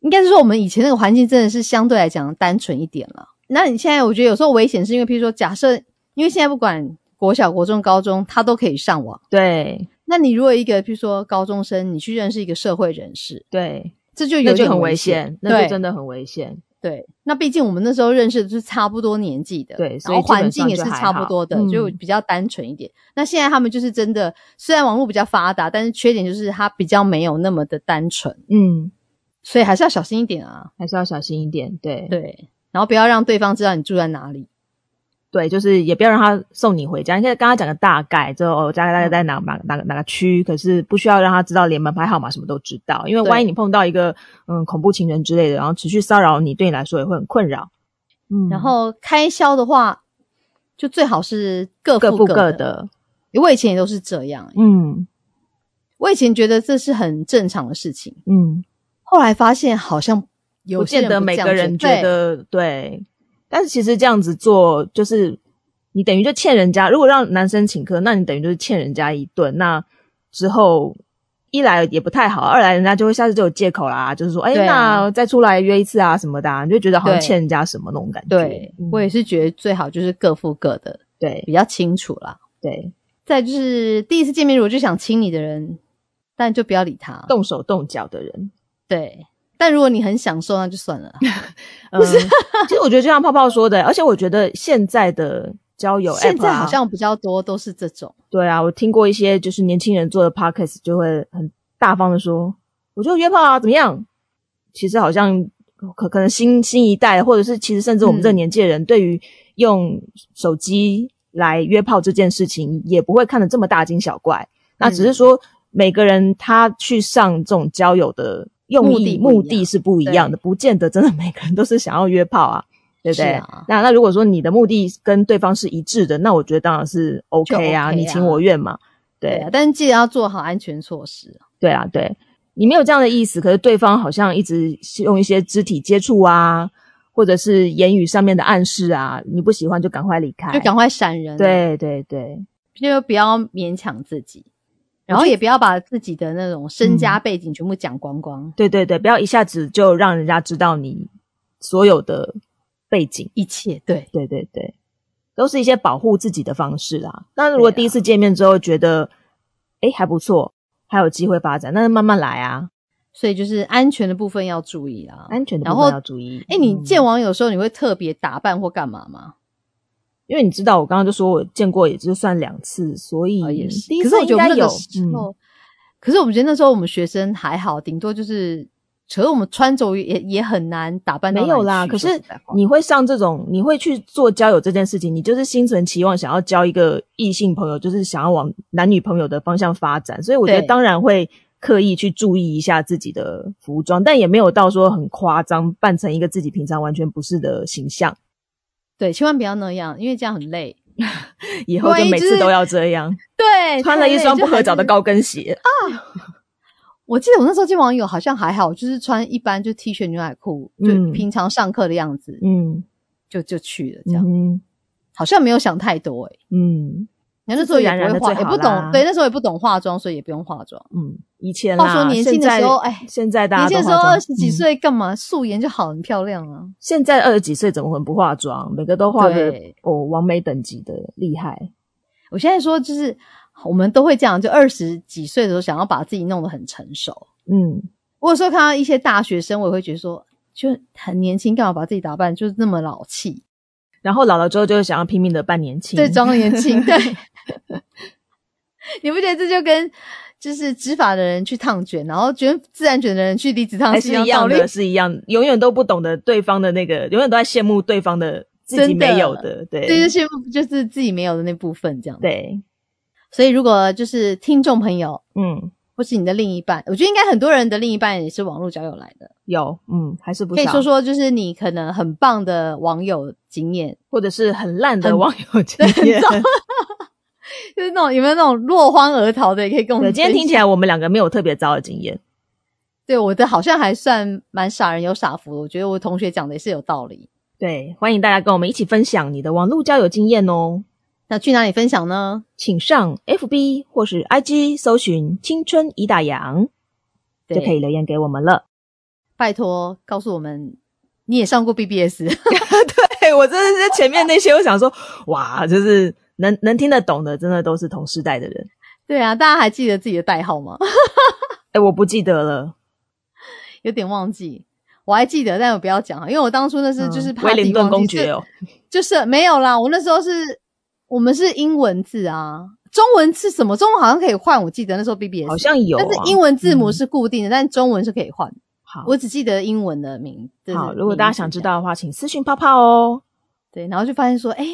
[SPEAKER 2] 应该是说我们以前那个环境真的是相对来讲单纯一点了。那你现在我觉得有时候危险是因为，譬如说假设，因为现在不管国小、国中、高中，他都可以上网。
[SPEAKER 3] 对
[SPEAKER 2] 那你如果一个譬如说高中生，你去认识一个社会人士，
[SPEAKER 3] 对，
[SPEAKER 2] 这就
[SPEAKER 3] 那
[SPEAKER 2] 有
[SPEAKER 3] 就
[SPEAKER 2] 点
[SPEAKER 3] 很危
[SPEAKER 2] 危
[SPEAKER 3] 险，那
[SPEAKER 2] 对
[SPEAKER 3] 就真的很危险。
[SPEAKER 2] 对，那毕竟我们那时候认识的是差不多年纪的，
[SPEAKER 3] 对所
[SPEAKER 2] 然
[SPEAKER 3] 以
[SPEAKER 2] 后
[SPEAKER 3] 基本
[SPEAKER 2] 环境
[SPEAKER 3] 上
[SPEAKER 2] 也
[SPEAKER 3] 就是还
[SPEAKER 2] 差不
[SPEAKER 3] 好
[SPEAKER 2] 多的，
[SPEAKER 3] 嗯
[SPEAKER 2] 就比较单纯一点。那现在他们就是真的，虽然网络比较发达，但是缺点就是它比较没有那么的单纯，
[SPEAKER 3] 嗯，
[SPEAKER 2] 所以还是要小心一点啊。
[SPEAKER 3] 还是要小心一点。对
[SPEAKER 2] 对，然后不要让对方知道你住在哪里。
[SPEAKER 3] 对，就是也不要让他送你回家。你可以跟他讲个大概，就哦，大概大概在哪哪哪个哪个区，可是不需要让他知道连门牌号码什么都知道，因为
[SPEAKER 2] 对
[SPEAKER 3] 万一你碰到一个嗯恐怖情人之类的，然后持续骚扰你，对你来说也会很困扰。嗯，
[SPEAKER 2] 然后开销的话，就最好是各
[SPEAKER 3] 各
[SPEAKER 2] 付
[SPEAKER 3] 付
[SPEAKER 2] 的。
[SPEAKER 3] 各的，
[SPEAKER 2] 我以前也都是这样、
[SPEAKER 3] 嗯
[SPEAKER 2] 我以前觉得这是很正常的事情，
[SPEAKER 3] 嗯，
[SPEAKER 2] 后来发现好像有
[SPEAKER 3] 不
[SPEAKER 2] 些
[SPEAKER 3] 见得
[SPEAKER 2] 不
[SPEAKER 3] 每
[SPEAKER 2] 这
[SPEAKER 3] 个
[SPEAKER 2] 样
[SPEAKER 3] 人
[SPEAKER 2] 对
[SPEAKER 3] 觉得对，但是其实这样子做就是你等于就欠人家。如果让男生请客，那你等于就是欠人家一顿。那之后一来也不太好，二来人家就会下次就有借口啦，就是说，哎、
[SPEAKER 2] 对啊
[SPEAKER 3] 那再出来约一次啊什么的、啊，你就觉得好像
[SPEAKER 2] 对
[SPEAKER 3] 欠人家什么那种感觉。
[SPEAKER 2] 对，
[SPEAKER 3] 嗯
[SPEAKER 2] 我也是觉得最好就是各付各的，
[SPEAKER 3] 对
[SPEAKER 2] 比较清楚啦。
[SPEAKER 3] 对，
[SPEAKER 2] 再就是第一次见面，如果就想亲你的人，但就不要理他。
[SPEAKER 3] 动手动脚的人，
[SPEAKER 2] 对，但如果你很享受，那就算了。嗯
[SPEAKER 3] 不是。 [LAUGHS] 其实我觉得就像泡泡说的，而且我觉得现在的交友 app、啊、
[SPEAKER 2] 现在好像比较多都是这种，
[SPEAKER 3] 对啊，我听过一些就是年轻人做的 podcast，就会很大方的说，我就约炮啊，怎么样？其实好像可可能新新一代，或者是其实甚至我们这个
[SPEAKER 2] 嗯
[SPEAKER 3] 年纪的人，对于用手机来约炮这件事情，也不会看得这么大惊小怪。那
[SPEAKER 2] 嗯
[SPEAKER 3] 只是说每个人他去上这种交友的用意目
[SPEAKER 2] 目的不一样
[SPEAKER 3] 的是不一样的，不见得真的每个人都是想要约炮啊。对不对？
[SPEAKER 2] 是啊
[SPEAKER 3] 那那如果说你的目的跟对方是一致的，那我觉得当然是 OK 啊，
[SPEAKER 2] OK 啊
[SPEAKER 3] 你情我愿嘛。对
[SPEAKER 2] 对啊，但是记得要做好安全措施。
[SPEAKER 3] 对啊，对，你没有这样的意思，可是对方好像一直是用一些肢体接触啊，或者是言语上面的暗示啊，你不喜欢就赶快离开，
[SPEAKER 2] 就赶快闪人，，
[SPEAKER 3] 哎
[SPEAKER 2] 啊
[SPEAKER 3] 对对对
[SPEAKER 2] 就不要勉强自己，然后也不要把自己的那种身家
[SPEAKER 3] 嗯
[SPEAKER 2] 背景全部讲光光，
[SPEAKER 3] 对对对，不要一下子就让人家知道你所有的背景。
[SPEAKER 2] 一切对，
[SPEAKER 3] 对对对，都是一些保护自己的方式啦。那如果
[SPEAKER 2] 对啊
[SPEAKER 3] 第一次见面之后觉得，哎、还不错，还有机会发展，那就慢慢来啊，
[SPEAKER 2] 所以就是安全的部分要注意啦。
[SPEAKER 3] 安全的
[SPEAKER 2] 然
[SPEAKER 3] 部分
[SPEAKER 2] 后
[SPEAKER 3] 要注意。
[SPEAKER 2] 哎、你
[SPEAKER 3] 嗯
[SPEAKER 2] 见网友的时候，你会特别打扮或干嘛吗？
[SPEAKER 3] 因为你知道，我刚刚就说我见过，也就算两次，所以
[SPEAKER 2] 啊，也是
[SPEAKER 3] 第。一
[SPEAKER 2] 可是
[SPEAKER 3] 次
[SPEAKER 2] 我觉
[SPEAKER 3] 应
[SPEAKER 2] 得
[SPEAKER 3] 该
[SPEAKER 2] 那
[SPEAKER 3] 有嗯
[SPEAKER 2] 个时候，嗯可是我们觉得那时候我们学生还好，顶多就是，可是我们穿着也也很难打扮到
[SPEAKER 3] 没
[SPEAKER 2] 哪里
[SPEAKER 3] 有啦。
[SPEAKER 2] 去
[SPEAKER 3] 可
[SPEAKER 2] 说
[SPEAKER 3] 是
[SPEAKER 2] 实在话
[SPEAKER 3] 你会上这种，你会去做交友这件事情，你就是心存期望，想要交一个异性朋友，就是想要往男女朋友的方向发展。所以我觉得
[SPEAKER 2] 对
[SPEAKER 3] 当然会刻意去注意一下自己的服装，但也没有到说很夸张，扮成一个自己平常完全不是的形象。
[SPEAKER 2] 对，千万不要那样，因为这样很累。
[SPEAKER 3] 以后就每次都要这样，
[SPEAKER 2] 哎对，
[SPEAKER 3] 穿了一双不合脚的
[SPEAKER 2] 高。
[SPEAKER 3] 高跟鞋。
[SPEAKER 2] 我记得我那时候见网友好像还好，就是穿一般就 T 恤牛仔裤，
[SPEAKER 3] 嗯
[SPEAKER 2] 就平常上课的样子，
[SPEAKER 3] 嗯，
[SPEAKER 2] 就就去了，这
[SPEAKER 3] 这
[SPEAKER 2] 样、
[SPEAKER 3] 样，
[SPEAKER 2] 好像没有想太多诶、欸。
[SPEAKER 3] 嗯
[SPEAKER 2] 你看那时候也
[SPEAKER 3] 自然然的
[SPEAKER 2] 不会化，
[SPEAKER 3] 最
[SPEAKER 2] 也
[SPEAKER 3] 好
[SPEAKER 2] 不
[SPEAKER 3] 啦
[SPEAKER 2] 懂，对，那时候也不懂化妆，所以也不用化妆。
[SPEAKER 3] 嗯，以前
[SPEAKER 2] 话说
[SPEAKER 3] 啦，
[SPEAKER 2] 年轻的
[SPEAKER 3] 现在
[SPEAKER 2] 时候哎
[SPEAKER 3] 现在大
[SPEAKER 2] 年
[SPEAKER 3] 家
[SPEAKER 2] 轻
[SPEAKER 3] 都
[SPEAKER 2] 的时候
[SPEAKER 3] 化妆
[SPEAKER 2] 二十几，
[SPEAKER 3] 嗯
[SPEAKER 2] 岁干嘛？素颜就好，很漂亮啊。
[SPEAKER 3] 现在二十几岁怎么会不化妆？每个都化的
[SPEAKER 2] 对
[SPEAKER 3] 哦，完美等级的厉害。
[SPEAKER 2] 我现在说就是我们都会这样，就二十几岁的时候想要把自己弄得很成熟。
[SPEAKER 3] 嗯，
[SPEAKER 2] 我有时候看到一些大学生，我也会觉得说，就很年轻，干嘛把自己打扮就是那么老气？
[SPEAKER 3] 然后老了之后就会想要拼命的扮年轻，
[SPEAKER 2] 对，装年轻，对。 [LAUGHS] 你不觉得这就跟就是执法的人去烫卷，然后卷自然卷的人去离子烫
[SPEAKER 3] 还
[SPEAKER 2] 是
[SPEAKER 3] 是
[SPEAKER 2] 一
[SPEAKER 3] 一
[SPEAKER 2] 道
[SPEAKER 3] 样
[SPEAKER 2] 理？
[SPEAKER 3] 的，是一样，永远都不懂得对方的那个，永远都在羡慕对方的自己
[SPEAKER 2] 真的
[SPEAKER 3] 没有的，对
[SPEAKER 2] 这就是就是自己没有的那部分，这样。
[SPEAKER 3] 对，
[SPEAKER 2] 所以如果就是听众朋友
[SPEAKER 3] 嗯，
[SPEAKER 2] 或是你的另一半，我觉得应该很多人的另一半也是网络交友来的。
[SPEAKER 3] 有，嗯，还是不
[SPEAKER 2] 可以
[SPEAKER 3] 少，
[SPEAKER 2] 说说，就是你可能很棒的网友经验，
[SPEAKER 3] 或者是很烂的
[SPEAKER 2] 很
[SPEAKER 3] 网友经验。
[SPEAKER 2] 就是那种有没有那种落荒而逃的，也可以跟
[SPEAKER 3] [LAUGHS]
[SPEAKER 2] 我
[SPEAKER 3] 对，
[SPEAKER 2] 们
[SPEAKER 3] 今天
[SPEAKER 2] 分
[SPEAKER 3] 听起
[SPEAKER 2] 享
[SPEAKER 3] 来我们两个没有特别糟的经验，
[SPEAKER 2] 对我的好像还算蛮傻人有傻福的，我觉得我同学讲的也是有道理。
[SPEAKER 3] 对，欢迎大家跟我们一起分享你的网络交友经验哦。
[SPEAKER 2] 那去哪里分享呢？
[SPEAKER 3] 请上 FB 或是 IG 搜寻“青春已打烊”，就可以留言给我们 [LAUGHS] 了。
[SPEAKER 2] 拜托告诉我们，你也上过 BBS，
[SPEAKER 3] 对我真的是前面那 [LAUGHS] 些，我想说，哇，就是能能听得懂的，真的都是同时代的人。
[SPEAKER 2] [LAUGHS] 对啊，大家还记得自己的代号吗？ [LAUGHS]
[SPEAKER 3] 哎，我不记得了，
[SPEAKER 2] 有点忘记，我还记得，但我不要讲啊，因为我当初那是就是
[SPEAKER 3] 嗯
[SPEAKER 2] 怕
[SPEAKER 3] 威
[SPEAKER 2] 自己
[SPEAKER 3] 灵顿
[SPEAKER 2] 忘
[SPEAKER 3] 公
[SPEAKER 2] 记
[SPEAKER 3] 爵哦，
[SPEAKER 2] 就是没有啦，我那时候是我们是英文字啊，中文字什么中文好像可以换，我记得那时候 BBS
[SPEAKER 3] 好像有、啊，
[SPEAKER 2] 但是英文字母
[SPEAKER 3] 嗯
[SPEAKER 2] 是固定的，但中文是可以换的。
[SPEAKER 3] 好。
[SPEAKER 2] 我只记得英文的名。就是
[SPEAKER 3] 好，如果大家
[SPEAKER 2] 名字
[SPEAKER 3] 想知
[SPEAKER 2] 这样，
[SPEAKER 3] 道的话，请私讯泡泡哦。
[SPEAKER 2] 对，然后就发现说，哎、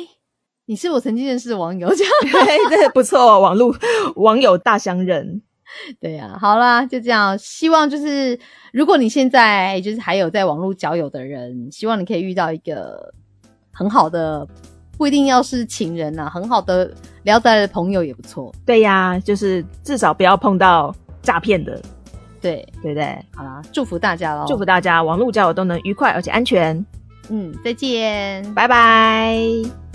[SPEAKER 2] 你是我曾经认识的网友， [LAUGHS] 这样
[SPEAKER 3] 嘿这不错哦，网 [LAUGHS] 络网友大相认。
[SPEAKER 2] 对呀、好啦，就这样。希望就是，如果你现在就是还有在网络交友的人，希望你可以遇到一个很好的，不一定要是情人呐、很好的聊得来的朋友也不错。
[SPEAKER 3] 对呀、就是至少不要碰到诈骗的，
[SPEAKER 2] 对，
[SPEAKER 3] 对不对？
[SPEAKER 2] 好啦，祝福大家喽，
[SPEAKER 3] 祝福，大家网络交友都能愉快而且安全，
[SPEAKER 2] 嗯，再见，
[SPEAKER 3] 拜拜。